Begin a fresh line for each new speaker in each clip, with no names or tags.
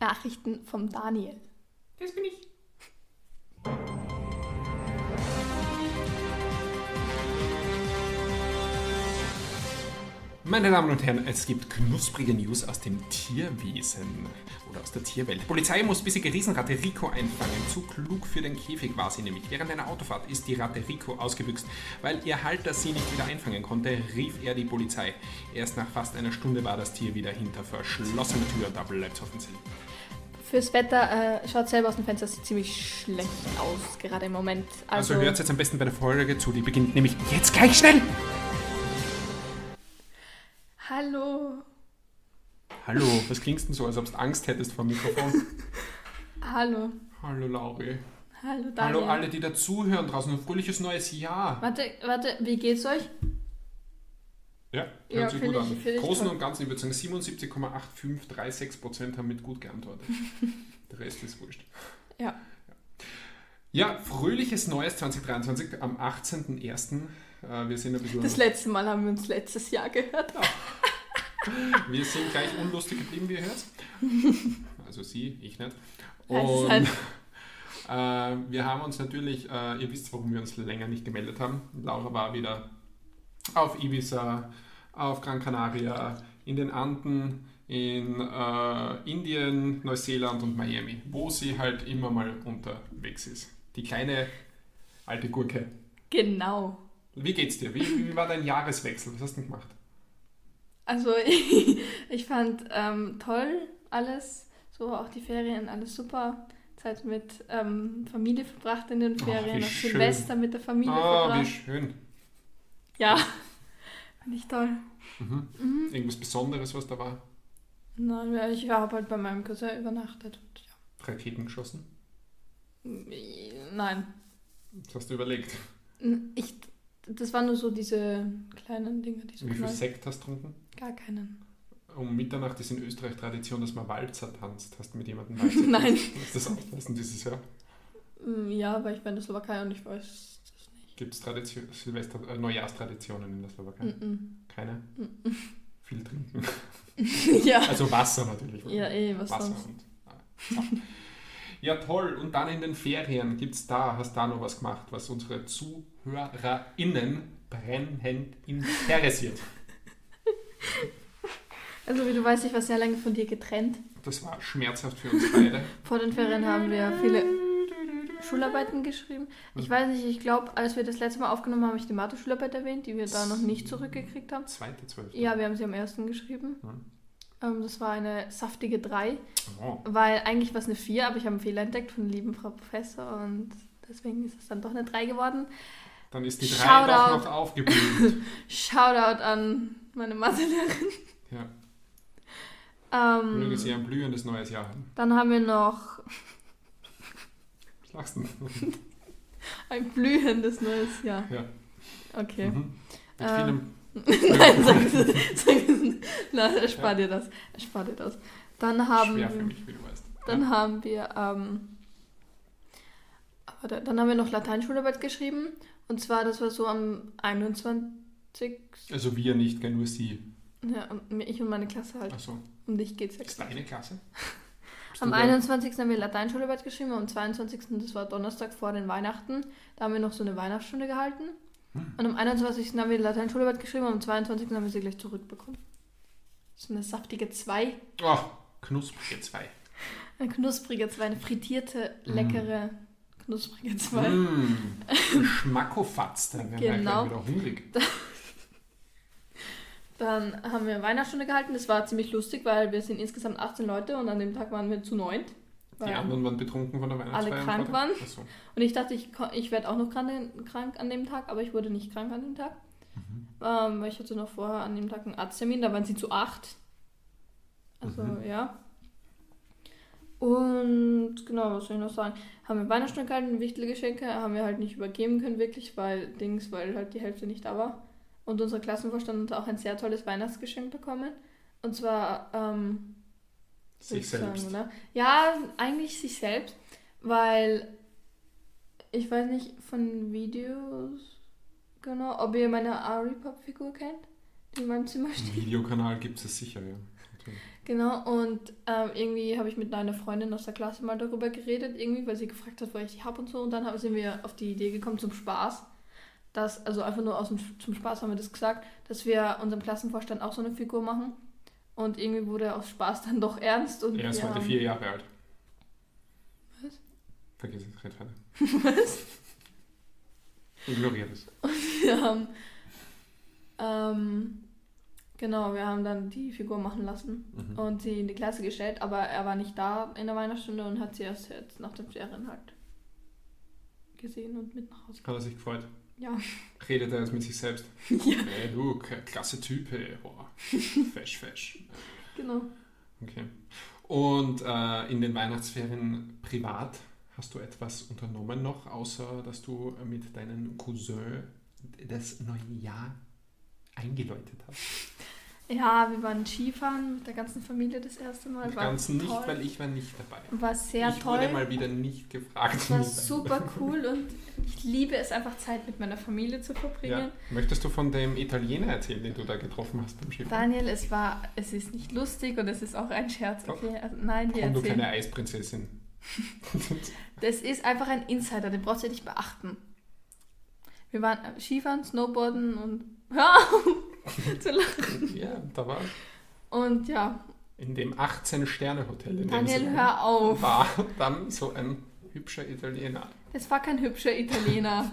Nachrichten vom Daniel.
Das bin ich.
Meine Damen und Herren, es gibt knusprige News aus dem Tierwesen oder aus der Tierwelt. Polizei muss bissige Riesenratte Rico einfangen. Zu klug für den Käfig war sie nämlich. Während einer Autofahrt ist die Ratte Rico ausgebüxt. Weil ihr Halter sie nicht wieder einfangen konnte, rief er die Polizei. Erst nach fast einer Stunde war das Tier wieder hinter verschlossener Tür. Da bleibt's offensichtlich.
Fürs Wetter äh, schaut selber aus dem Fenster, sieht ziemlich schlecht aus, gerade im Moment.
Also, also hört jetzt am besten bei der Folge zu. Die beginnt nämlich jetzt gleich schnell.
Hallo,
Hallo, was klingst denn so, als ob du Angst hättest vor dem Mikrofon?
hallo,
Hallo Lauri.
hallo Daniel.
Hallo alle, die dazuhören draußen. Ein fröhliches neues Jahr.
Warte, warte, wie geht's euch?
Ja, hört
Ja,
sich
finde
gut
ich-
an.
finde ich
Großen
toll.
und Ganzen, ich würde sagen, 77,8536% haben mit gut geantwortet. Der Rest ist wurscht.
Ja.
Ja, fröhliches Neues 2023 am 18.01. Äh, Wir sind ein bisschen.
Das letzte Mal haben wir uns letztes Jahr gehört.
wir sind gleich unlustig geblieben, wie ihr hört. Also sie, ich nicht.
Ja, es ist
Und
halt-
äh, wir haben uns natürlich, äh, ihr wisst, warum wir uns länger nicht gemeldet haben. Laura war wieder auf Ibiza, auf Gran Canaria, in den Anden, in äh, Indien, Neuseeland und Miami, wo sie halt immer mal unterwegs ist. Die kleine alte Gurke.
Genau.
Wie geht's dir? Wie, wie war dein Jahreswechsel? Was hast du denn gemacht?
Also ich, fand ähm, toll alles, so auch die Ferien, alles super. Zeit mit ähm, Familie verbracht in den
Oh,
Ferien,
wie
auch
schön.
Silvester mit der Familie
Ah, wie
verbracht.
schön.
Ja, fand ich toll.
Mhm. Irgendwas Besonderes, was da war?
Nein, ja, ich habe halt bei meinem Cousin übernachtet. Und
Raketen geschossen?
ja. Nein,
Das hast du überlegt.
ich, das waren nur so diese kleinen Dinge, die so
Wie viel
klein,
Sekt hast du getrunken?
gar keinen.
Um Mitternacht ist in Österreich Tradition, dass man Walzer tanzt. Hast du mit jemandem Walzer
Nein.
getanzt? Ist das aufpassen dieses Jahr?
Mm, Ja, weil ich war in der Slowakei und ich weiß das nicht.
Gibt es Silvester, äh, Neujahrstraditionen in der Slowakei?
Mm
Keine?
Mm.
Viel trinken.
-mm. ja.
Also Wasser natürlich.
ja, eh, was
Wasser
sonst?
und Saft. Ja, toll. Und dann in den Ferien gibt's da, hast da noch was gemacht, was unsere ZuhörerInnen brennend interessiert.
Also wie du weißt, ich war sehr lange von dir getrennt.
Das war schmerzhaft für uns beide.
Vor den Ferien haben wir viele Schularbeiten geschrieben.
Mhm.
Ich weiß nicht, ich glaube, als wir das letzte Mal aufgenommen haben, habe ich die Mathe-Schularbeit erwähnt, die wir da noch nicht zurückgekriegt haben.
Zweite, zwölfte.
Ja, wir haben sie am ersten geschrieben.
Mhm.
Ähm, das war eine saftige 3,
Oh,
weil eigentlich war es eine 4, aber ich habe einen Fehler entdeckt von der lieben Frau Professor und deswegen ist es dann doch eine 3 geworden.
dann ist die drei
Shoutout.
doch noch aufgeblüht.
Shoutout an meine Mathelehrerin.
Ja, möge
Ähm,
sie ein blühendes neues Jahr haben.
dann haben wir noch
Was lachst du denn?
ein blühendes neues Jahr.
Ja.
Okay.
Mhm. Mit
Ähm,
vielem
Nein, sag es sag es nicht. Nein, erspar dir das. Erspar dir das. Dann haben
schwer für
wir,
mich, wie du weißt.
dann
ja.
haben wir, ähm, aber da, dann haben wir noch Lateinschularbeit geschrieben. Und zwar, das war so am 21.
Also wir nicht, gell, nur sie.
Ja, und ich und meine Klasse halt.
Achso,
Um dich geht's ja
ist
klar.
deine Klasse? Bist
Am
du der-
21. haben wir Lateinschularbeit geschrieben, am 22. das war Donnerstag vor den Weihnachten, da haben wir noch so eine Weihnachtsstunde gehalten.
Hm.
Und am 21. haben wir Lateinschularbeit geschrieben und am 22. haben wir sie gleich zurückbekommen. Das ist eine saftige 2,
Oh, knusprige zwei.
eine knusprige 2, eine frittierte,
Hm.
leckere, knusprige 2.
Mm. Schmackofatz, dann werden wir
Genau.
gleich wieder hungrig.
Dann haben wir Weihnachtsstunde gehalten, das war ziemlich lustig, weil wir sind insgesamt 18 Leute und an dem Tag waren wir zu neunt.
Die
Weil-
anderen waren betrunken von der Weihnachtsfeier.
Alle
am
krank
Vortag.
waren.
Achso.
Und ich dachte, ich, ko- ich werde auch noch krank, krank an dem Tag, aber ich wurde nicht krank an dem Tag. Ähm, weil ich hatte noch vorher an dem Tag einen Arzttermin, da waren sie zu acht. Also,
Mhm.
ja. Und genau, was soll ich noch sagen? Haben wir Weihnachtsstück gehalten, Wichtelgeschenke haben wir halt nicht übergeben können, wirklich, weil Dings, weil halt die Hälfte nicht da war. Und unser Klassenvorstand hat auch ein sehr tolles Weihnachtsgeschenk bekommen. Und zwar, ähm, würde
Sich
ich sagen,
selbst.
oder? Ja, eigentlich sich selbst, weil ich weiß nicht von Videos genau, ob ihr meine Aripop-Figur kennt, die in meinem Zimmer steht.
Videokanal gibt es sicher, ja.
Genau, und ähm, irgendwie habe ich mit einer Freundin aus der Klasse mal darüber geredet, irgendwie, weil sie gefragt hat, woher ich die habe und so. Und dann hab- sind wir auf die Idee gekommen zum Spaß, dass, also einfach nur aus dem, zum Spaß haben wir das gesagt, dass wir unserem Klassenvorstand auch so eine Figur machen. Und irgendwie wurde aus Spaß dann doch ernst. Und
Er ist
wir
heute
haben-
vier Jahre alt.
Was?
Vergiss es, red weiter.
Was?
Ignoriere es.
Wir haben, ähm, genau, wir haben dann die Figur machen lassen
Mhm.
und sie in die Klasse gestellt, aber er war nicht da in der Weihnachtsstunde und hat sie erst jetzt nach den Ferien halt gesehen und mit nach Hause.
Hat er sich gefreut?
Ja.
Redet er jetzt mit sich selbst?
ja,
Hey, du, k- klasse Typ, ey. Boah. Fesch, fesch.
genau.
Okay. Und äh, in den Weihnachtsferien privat hast du etwas unternommen noch, außer dass du mit deinem Cousin das neue Jahr eingeläutet hast?
Ja, wir waren Skifahren mit der ganzen Familie Oh, das erste Mal.
Im
War
Ganzen nicht,
toll.
weil ich war nicht dabei.
war sehr
ich
toll.
wurde mal wieder nicht gefragt.
war super cool und ich liebe es einfach Zeit mit meiner Familie zu verbringen.
Ja. Möchtest du von dem Italiener erzählen, den du da getroffen hast beim Schiff?
Daniel, es war, es ist nicht lustig und es ist auch ein Scherz.
Doch.
Okay, also nein, wir
Und du
erzählen.
keine Eisprinzessin.
Das ist einfach ein Insider, den brauchst du nicht beachten. Wir waren äh, Skifahren, Snowboarden und Hör auf zu lachen.
ja, da war
Und ja,
in dem 18-Sterne-Hotel. in dem
Daniel,
sie
hör auf.
War dann so ein hübscher Italiener.
Das war kein hübscher Italiener.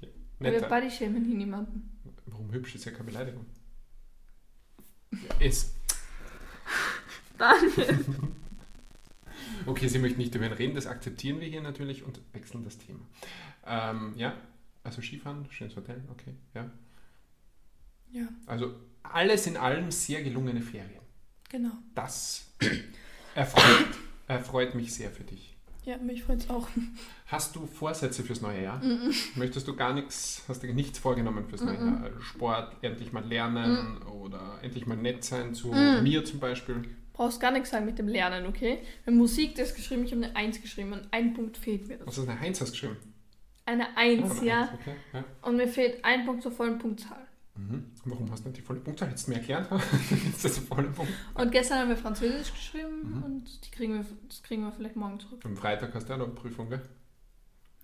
Wir
Netter.
bodyshamen hier niemanden.
Warum hübsch ist ja keine Beleidigung. Ist.
Daniel.
Okay, sie möchten nicht über ihn reden, das akzeptieren wir hier natürlich und wechseln das Thema. Ähm, ja, also Skifahren, schönes Hotel, okay, ja.
Ja,
Also alles in allem sehr gelungene Ferien.
genau.
Das erfreut, erfreut mich sehr für dich.
Ja, mich freut's auch.
Hast du Vorsätze fürs neue Jahr?
Mhm.
Möchtest du gar nichts, hast du nichts vorgenommen fürs neue
Mhm.
Jahr? Also Sport, endlich mal lernen oder endlich mal nett sein zu
Mhm.
mir zum Beispiel?
Brauchst gar nichts sagen mit dem Lernen, okay? Wenn Musik, das geschrieben, ich habe eine Eins geschrieben und ein Punkt fehlt mir.
Was ist eine Heinz hast du geschrieben?
Eine Eins,
Eine
ja.
Oh, Eins, Okay, ja.
Und mir fehlt ein Punkt zur vollen Punktzahl.
Mhm. Warum hast du nicht die volle Punktzahl? Hättest du mir erklärt? ist das die volle Punktzahl?
Und gestern haben wir Französisch geschrieben
Mhm.
und die kriegen wir, das kriegen wir vielleicht morgen zurück.
Am Freitag hast du auch noch eine Prüfung, gell?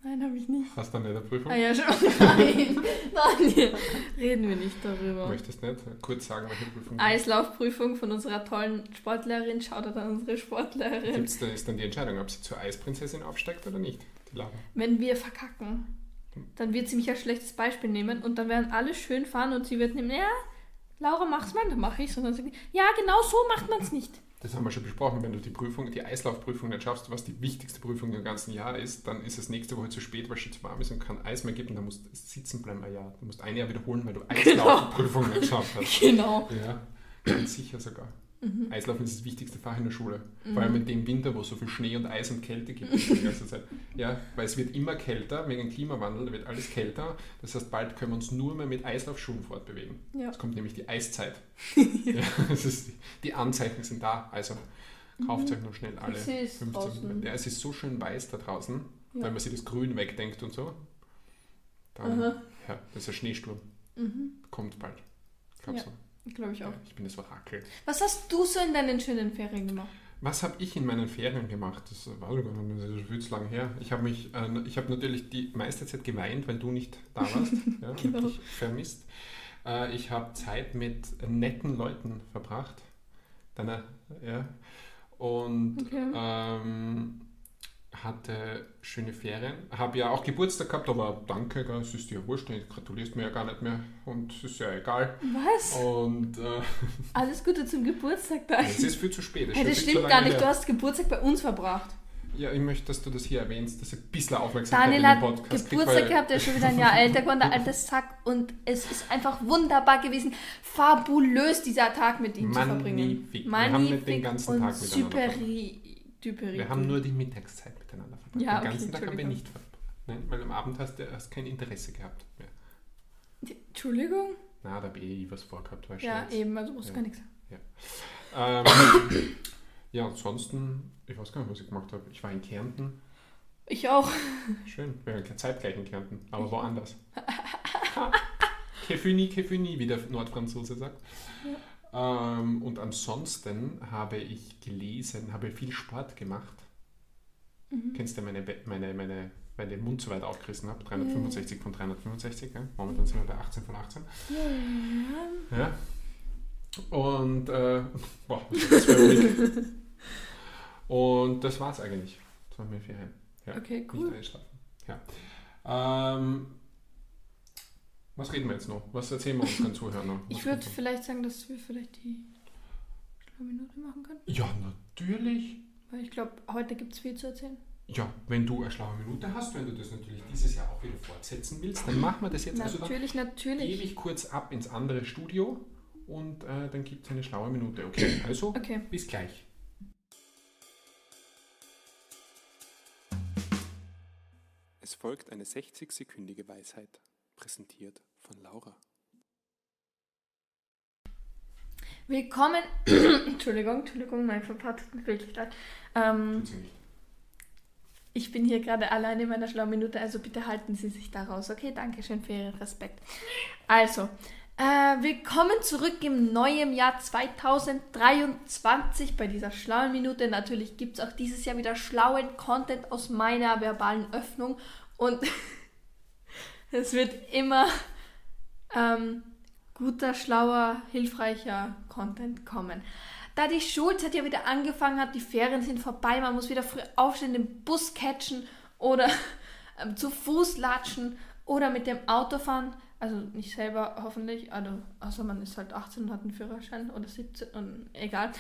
Nein, habe ich nicht.
Hast du nicht eine Prüfung?
Ah ja, schon. Nein, Daniel, reden wir nicht darüber.
Möchtest nicht kurz sagen, welche Prüfung?
Eislaufprüfung von unserer tollen Sportlehrerin. Schaut an unsere Sportlehrerin.
Gibt's, da ist dann die Entscheidung, ob sie zur Eisprinzessin aufsteigt oder nicht. Die Lara.
Wenn wir verkacken, dann wird sie mich als schlechtes Beispiel nehmen und dann werden alle schön fahren und sie wird nehmen, ja, Laura, mach's mal, dann mache ich's. Und dann sagt sie, ja, genau so macht man's nicht.
Das haben wir schon besprochen. Wenn du die Prüfung, die Eislaufprüfung nicht schaffst, was die wichtigste Prüfung im ganzen Jahr ist, dann ist es nächste Woche zu spät, weil es schon zu warm ist und kein Eis mehr gibt und dann musst du sitzen bleiben ein Jahr. Du musst ein Jahr wiederholen, weil du Eislaufprüfung nicht geschafft hast.
Genau.
Ja, ganz sicher sogar. Eislaufen ist das wichtigste Fach in der Schule.
Mhm.
Vor allem in dem Winter, wo es so viel Schnee und Eis und Kälte gibt die ganze Zeit. Ja, weil es wird immer kälter, wegen dem Klimawandel da wird alles kälter. Das heißt, bald können wir uns nur mehr mit Eislaufschuhen fortbewegen.
Ja.
Es kommt nämlich die Eiszeit. ja, es ist, die Anzeichen sind da, also kauft euch noch schnell alle.
Ich seh's
15
Mhm. draußen.
Ja, es ist so schön weiß da draußen,
Ja.
wenn man sich das Grün wegdenkt und so. Dann,
Aha.
ja, das ist ein Schneesturm,
Mhm.
kommt bald. Ich glaube
Ja.
so.
Glaube ich auch.
Ja, ich bin das Orakel.
Was hast du so in deinen schönen Ferien gemacht?
Was habe ich in meinen Ferien gemacht? Das war sogar noch nicht so viel zu lang her. Ich habe mich, äh, ich habe natürlich die meiste Zeit geweint, weil du nicht da warst. Ja, ich
Genau.
hab dich vermisst. Äh, ich habe Zeit mit netten Leuten verbracht. Deiner, ja. Und
Okay.
ähm, hatte schöne Ferien. Habe ja auch Geburtstag gehabt, aber danke, gell, es ist dir ja wurscht, du gratulierst mir ja gar nicht mehr und es ist ja egal.
Was?
Und äh,
Alles Gute zum Geburtstag, Daniel.
es ist viel zu spät. es
Hey, das
ist viel zu
stimmt
lange
gar nicht.
her.
Du hast Geburtstag bei uns verbracht.
Ja, ich möchte, dass du das hier erwähnst, dass ich ein bisschen Aufmerksamkeit
Daniel
in
hat
den Podcast krieg,
Geburtstag
weil-
gehabt, der ist schon wieder ein Jahr älter geworden, der alte Sack. Und es ist einfach wunderbar gewesen. Fabulös, dieser Tag mit ihm
Magnifique.
zu verbringen.
Wir haben nicht den ganzen
und
Tag miteinander
superi, duperi.
Wir haben nur die Mittagszeit miteinander verbracht.
Ja,
den
okay,
ganzen Tag haben wir
Entschuldigung.
nicht verbracht. Nein, weil am Abend hast du erst kein Interesse gehabt mehr.
Entschuldigung?
Na, da habe ich eh was vorgehabt, weißt du.
Ja,
jetzt.
eben, also muss
Ja.
gar nichts sagen.
Ähm, ja, ansonsten, ich weiß gar nicht, was ich gemacht habe. Ich war in Kärnten.
Ich auch.
Schön, wir waren zeitgleich in Kärnten, aber woanders. Kefini, Kefini, wie der Nordfranzose sagt. Ähm, und ansonsten habe ich gelesen, habe viel Sport gemacht. Kennst du meine, Be- meine, meine, weil ich den Mund so weit aufgerissen habe? 365 von 365, ja? momentan sind wir bei 18 von 18.
Mhm.
Ja. Und, äh, boah, das war ruhig. Und das war's eigentlich. Das war mir viel heim.
Okay,
Nicht
cool.
einschlafen. Ja. Ähm, was reden wir jetzt noch? Was erzählen wir unseren Zuhörern noch?
Ich
Was
würde
gibt's
vielleicht sagen, dass wir vielleicht die Minute machen können.
noch? Ja, natürlich.
Weil ich glaube, heute gibt es viel zu erzählen.
Ja, wenn du eine schlaue Minute hast, wenn du das natürlich dieses Jahr auch wieder fortsetzen willst, dann machen wir das jetzt. Also dann
natürlich, natürlich.
gebe ich kurz ab ins andere Studio und äh, dann gibt es eine schlaue Minute. Okay, also
Okay.
bis gleich.
Es folgt eine 60-sekündige Weisheit, präsentiert von Laura.
Willkommen. Entschuldigung, Entschuldigung, mein Verpatz hat mich wirklich leid. Ähm,
Tut's nicht.
ich bin hier gerade alleine in meiner schlauen Minute, also bitte halten Sie sich da raus. Okay, danke schön für Ihren Respekt. Also, äh, willkommen zurück im neuen Jahr 2023 bei dieser schlauen Minute. Natürlich gibt es auch dieses Jahr wieder schlauen Content aus meiner verbalen Öffnung und es wird immer ähm, guter, schlauer, hilfreicher Content kommen. Da die Schulzeit ja wieder angefangen hat, die Ferien sind vorbei, man muss wieder früh aufstehen, den Bus catchen oder ähm, zu Fuß latschen oder mit dem Auto fahren. Also nicht selber hoffentlich, also, außer man ist halt 18 und hat einen Führerschein oder 17 und egal.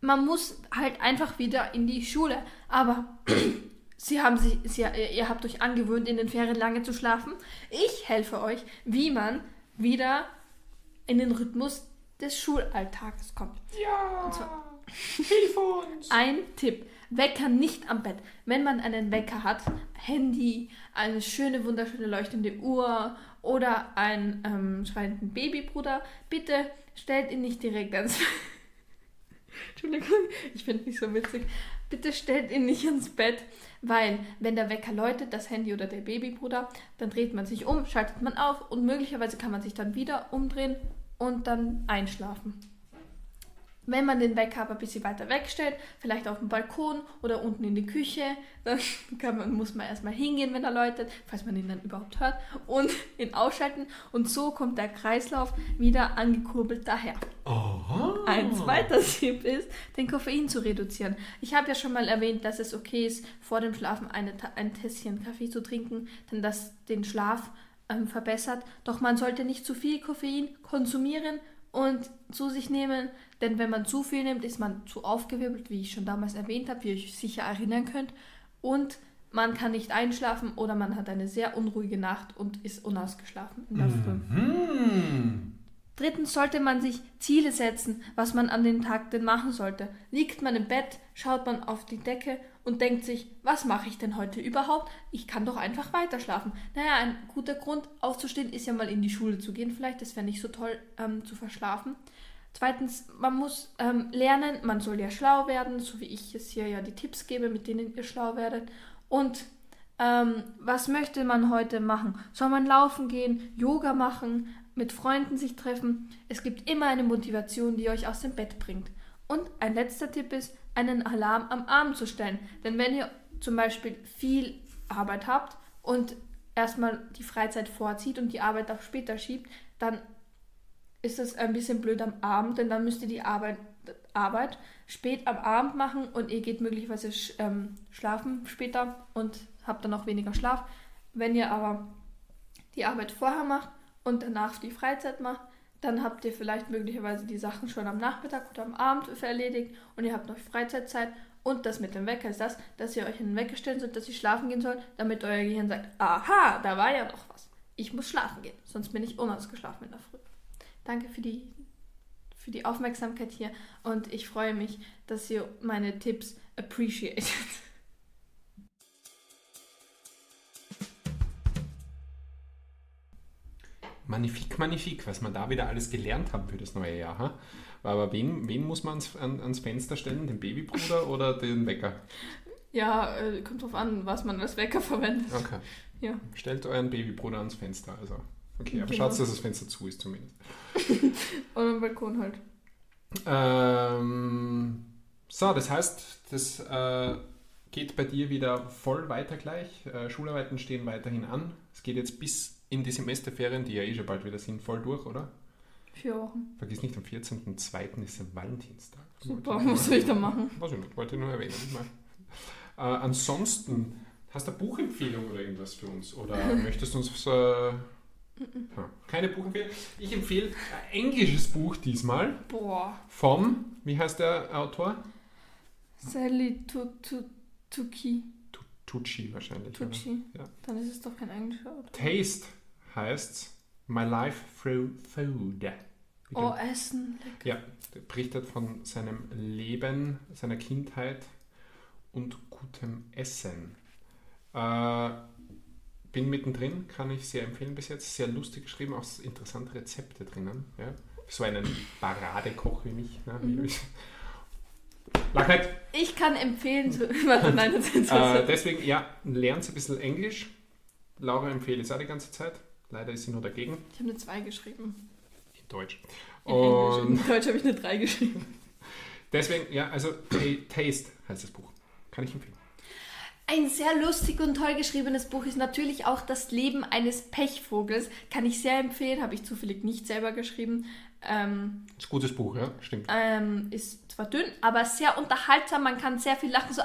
Man muss halt einfach wieder in die Schule. Aber Sie haben sich, sie, ihr habt euch angewöhnt, in den Ferien lange zu schlafen. Ich helfe euch, wie man wieder in den Rhythmus des Schulalltages kommt.
Ja,
Und zwar-
hilf uns.
Ein Tipp. Wecker nicht am Bett. Wenn man einen Wecker hat, Handy, eine schöne, wunderschöne leuchtende Uhr oder einen ähm, schreienden Babybruder, bitte stellt ihn nicht direkt ans Entschuldigung, ich finde mich so witzig. Bitte stellt ihn nicht ans Bett, weil wenn der Wecker läutet, das Handy oder der Babybruder, dann dreht man sich um, schaltet man auf und möglicherweise kann man sich dann wieder umdrehen und dann einschlafen. Wenn man den Wecker aber ein bisschen weiter wegstellt, vielleicht auf dem Balkon oder unten in die Küche, dann kann man, muss man erstmal hingehen, wenn er läutet, falls man ihn dann überhaupt hört, und ihn ausschalten. Und so kommt der Kreislauf wieder angekurbelt daher.
Aha.
Ein zweiter Tipp ist, den Koffein zu reduzieren. Ich habe ja schon mal erwähnt, dass es okay ist, vor dem Schlafen eine, Ta- ein Tässchen Kaffee zu trinken, denn das den Schlaf ähm, verbessert. Doch man sollte nicht zu viel Koffein konsumieren und zu sich nehmen, denn wenn man zu viel nimmt, ist man zu aufgewirbelt, wie ich schon damals erwähnt habe, wie ihr euch sicher erinnern könnt. Und man kann nicht einschlafen oder man hat eine sehr unruhige Nacht und ist unausgeschlafen in der Früh.
Hm.
Drittens sollte man sich Ziele setzen, was man an dem Tag denn machen sollte. Liegt man im Bett, schaut man auf die Decke und denkt sich, was mache ich denn heute überhaupt? Ich kann doch einfach weiter schlafen. Naja, ein guter Grund aufzustehen ist ja mal in die Schule zu gehen. Vielleicht das wäre nicht so toll ähm, zu verschlafen. Zweitens, man muss ähm, lernen, man soll ja schlau werden, so wie ich es hier ja die Tipps gebe, mit denen ihr schlau werdet. Und ähm, was möchte man heute machen? Soll man laufen gehen, Yoga machen, mit Freunden sich treffen? Es gibt immer eine Motivation, die euch aus dem Bett bringt. Und ein letzter Tipp ist, einen Alarm am Abend zu stellen. Denn wenn ihr zum Beispiel viel Arbeit habt und erstmal die Freizeit vorzieht und die Arbeit auf später schiebt, dann ist das ein bisschen blöd am Abend, denn dann müsst ihr die Arbeit, Arbeit spät am Abend machen und ihr geht möglicherweise sch, ähm, schlafen später und habt dann auch weniger Schlaf. Wenn ihr aber die Arbeit vorher macht und danach die Freizeit macht, dann habt ihr vielleicht möglicherweise die Sachen schon am Nachmittag oder am Abend für erledigt und ihr habt noch Freizeitzeit. Und das mit dem Wecker ist das, dass ihr euch in den Wecker stellen sollt, dass ihr schlafen gehen sollt, damit euer Gehirn sagt, aha, da war ja noch was. Ich muss schlafen gehen, sonst bin ich unausgeschlafen in der Früh. Danke für die, für die Aufmerksamkeit hier und ich freue mich, dass ihr meine Tipps appreciated.
Magnifik, magnifik, was man da wieder alles gelernt haben für das neue Jahr. Ha? Aber wen, wen muss man ans, an, ans Fenster stellen? Den Babybruder oder den Wecker?
Ja, äh, kommt drauf an, was man als Wecker verwendet.
Okay.
Ja.
Stellt euren Babybruder ans Fenster. Also. Okay, aber
Genau.
schaut, dass das Fenster zu ist zumindest.
Oder am Balkon halt.
Ähm, so, das heißt, das äh, geht bei dir wieder voll weiter gleich. Äh, Schularbeiten stehen weiterhin an. Es geht jetzt bis in die Semesterferien, die ja eh schon bald wieder sind, voll durch, oder?
Vier Wochen.
Vergiss nicht, am 14.02. ist der Valentinstag.
Super, was soll ich da machen?
Weiß ich nicht, wollte ich nur erwähnen. Mal. Äh, ansonsten, hast du eine Buchempfehlung oder irgendwas für uns? Oder möchtest du uns... Äh, hm, keine Buchempfehlung. Ich empfehle ein englisches Buch diesmal
Boah.
vom, wie heißt der Autor?
Sally tu, tu, Tuki.
Tu- Tucci wahrscheinlich. oder?
Tucci.
Ja.
Dann ist es doch kein englischer Autor.
Taste heißt My Life Through Food.
Oh, Essen.
Ja, der berichtet von seinem Leben, seiner Kindheit und gutem Essen. Äh, bin mittendrin, kann ich sehr empfehlen bis jetzt. Sehr lustig geschrieben, auch interessante Rezepte drinnen. Ja. Für so einen Paradekoch wie mich. Ne? Mhm. Lachheit!
Ich kann empfehlen, zu, warte, nein, das ist
Äh, deswegen, ja, lernt ein bisschen Englisch. Laura empfehle es auch die ganze Zeit. Leider ist sie nur dagegen.
Ich habe eine 2 geschrieben.
In Deutsch.
In Englisch.
Und
In Deutsch habe ich eine 3 geschrieben.
deswegen, ja, also Ta- Taste heißt das Buch. Kann ich empfehlen.
Ein sehr lustig und toll geschriebenes Buch ist natürlich auch Das Leben eines Pechvogels. Kann ich sehr empfehlen, habe ich zufällig nicht selber geschrieben. Ähm,
Ist ein gutes Buch, ja? Stimmt.
ähm, ist zwar dünn, aber sehr unterhaltsam. Man kann sehr viel lachen, so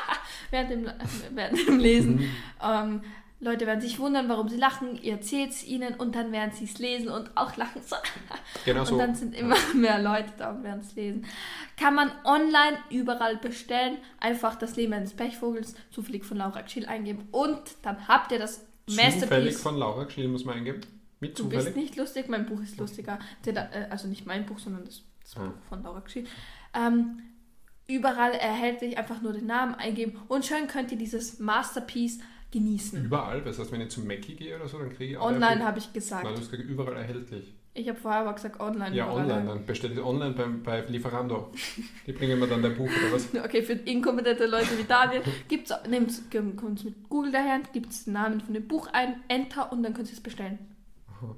während, dem, äh, während dem Lesen.
Mhm.
Ähm, Leute werden sich wundern, warum sie lachen. Ihr erzählt es ihnen und dann werden sie es lesen und auch lachen. So.
Genau so.
Und dann sind immer mehr Leute da und werden es lesen. Kann man online überall bestellen. Einfach das Leben eines Pechvogels, zufällig von Laura Chill eingeben. Und dann habt ihr das
Zufällig
Masterpiece.
von Laura Schill muss man eingeben. Mit
Du bist
zufällig.
nicht lustig, mein Buch ist lustiger. Der da- äh, Also nicht mein Buch, sondern das, das
Ah.
Buch von Laura Chill. Ähm, überall erhältlich einfach nur den Namen eingeben. Und schön könnt ihr dieses
Ah,
Masterpiece genießen.
Überall. Das heißt, wenn ich zu Mackie gehe oder so, dann kriege ich alle
Online
Erfüllung.
habe ich
Nein, du
gesagt.
hast gesagt, überall erhältlich.
Ich habe vorher aber gesagt, online.
Ja,
überall.
online. Dann bestelle ich online beim, bei Lieferando. Die bringen mir dann dein Buch oder was?
Okay, für inkompetente Leute wie Daniel gibt's, nehmt's, kommt's mit Google daher, gibt's den Namen von dem Buch ein, Enter und dann könnt ihr es bestellen.
Aha.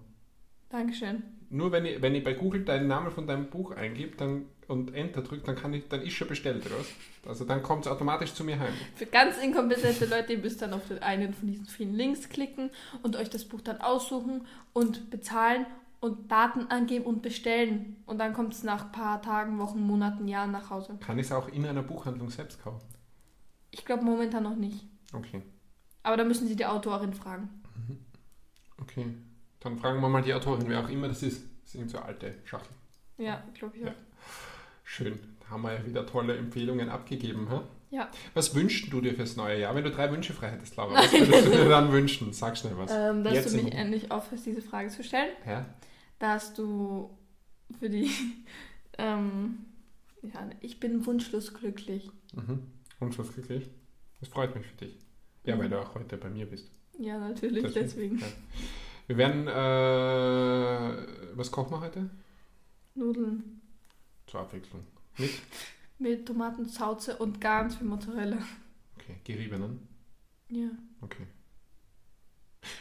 Dankeschön.
Nur wenn ich, wenn ich bei Google deinen Namen von deinem Buch eingib dann, und Enter drückt, dann, kann ich, dann ist schon bestellt, oder was? Also dann kommt es automatisch zu mir heim.
Für ganz inkompetente Leute, ihr müsst dann auf den einen von diesen vielen Links klicken und euch das Buch dann aussuchen und bezahlen und Daten angeben und bestellen. Und dann kommt es nach ein paar Tagen, Wochen, Monaten, Jahren nach Hause.
Kann ich es auch in einer Buchhandlung selbst kaufen?
Ich glaube momentan noch nicht.
Okay,
Aber da müssen sie die Autorin fragen.
okay. Dann fragen wir mal die Autorin, wer auch immer das ist. Das ist irgendeine so alte Schachtel.
Ja, glaube ich auch.
Ja. Schön, da haben wir ja wieder tolle Empfehlungen abgegeben. Hä?
Ja.
Was wünschst du dir fürs neue Jahr? Wenn du drei Wünsche frei hättest, Laura, was würdest du dir dann wünschen? Sag schnell was.
Ähm, dass
Jetzt
du
im
mich
Moment.
endlich aufhörst, diese Frage zu stellen.
Ja?
dass du für die. Ähm, ja, ich bin wunschlos glücklich.
Mhm. Und was glücklich? Das freut mich für dich. Ja, weil du auch heute bei mir bist.
Ja, natürlich, deswegen.
Ja. Wir werden, äh, was kochen wir heute?
Nudeln
Zur Abwechslung.
mit Tomatensauce und ganz viel Mozzarella.
Okay, ne? geriebenen.
Ja.
Okay.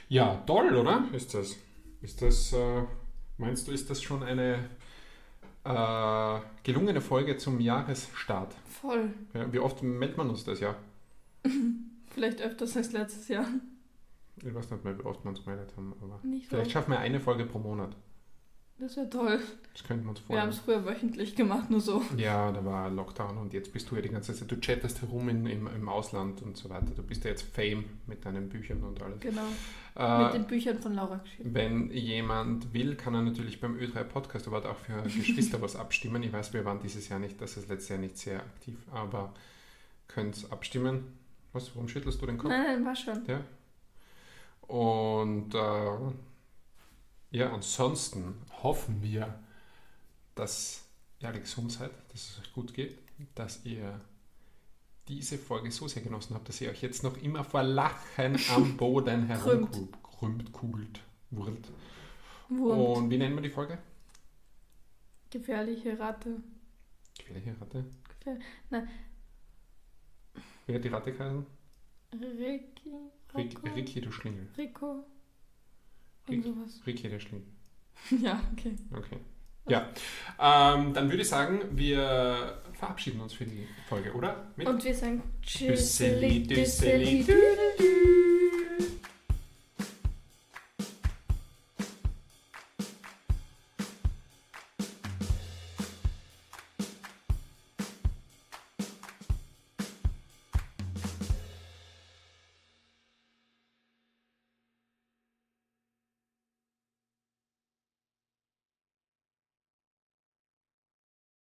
Ja, toll, oder? Ist das? Ist das, äh, meinst du, ist das schon eine äh, gelungene Folge zum Jahresstart?
Voll.
Ja, wie oft meldet man uns das ja?
Vielleicht öfters als letztes Jahr.
Ich weiß nicht mehr, wie oft wir uns gemeldet haben, aber
Nicht so.
vielleicht schaffen wir eine Folge pro Monat.
Das wäre toll.
Das könnten wir uns
Wir haben
vorstellen.
es früher wöchentlich gemacht, nur so.
Ja, da war Lockdown und jetzt bist du ja die ganze Zeit, du chattest herum in, im, im Ausland und so weiter. Du bist ja jetzt Fame mit deinen Büchern und alles.
Genau. Mit
Äh,
den Büchern von Laura geschrieben.
wenn jemand will, kann er natürlich beim Ö3 Podcast Award auch für Geschwister was abstimmen. Ich weiß, wir waren dieses Jahr nicht, das ist letztes Jahr nicht sehr aktiv, aber könnt abstimmen. Was, warum schüttelst du den Kopf?
Nein, nein, war schon.
Und äh, ja, ansonsten hoffen wir, dass ihr alle gesund seid, dass es euch gut geht, dass ihr diese Folge so sehr genossen habt, dass ihr euch jetzt noch immer vor Lachen am Boden herumkrümmt, krümmt, kugelt, wurlt.
Wurm.
Und wie nennen wir die Folge?
Gefährliche Ratte.
Gefährliche Ratte.
Gefähr
Wie hat die Ratte geheißen?
Ricky.
Rick,
Rocco?
Ricky, du Schlingel.
Rico. Und
Rick-
sowas.
Ricky, der Schlingel.
Ja, okay.
Okay. Ja. Ähm, dann würde ich sagen, wir verabschieden uns für die Folge, oder? Mit
Und wir sagen
Düsseli,
Tschüsseli,
Düsseli,
Tschüsseli.
Düdelü.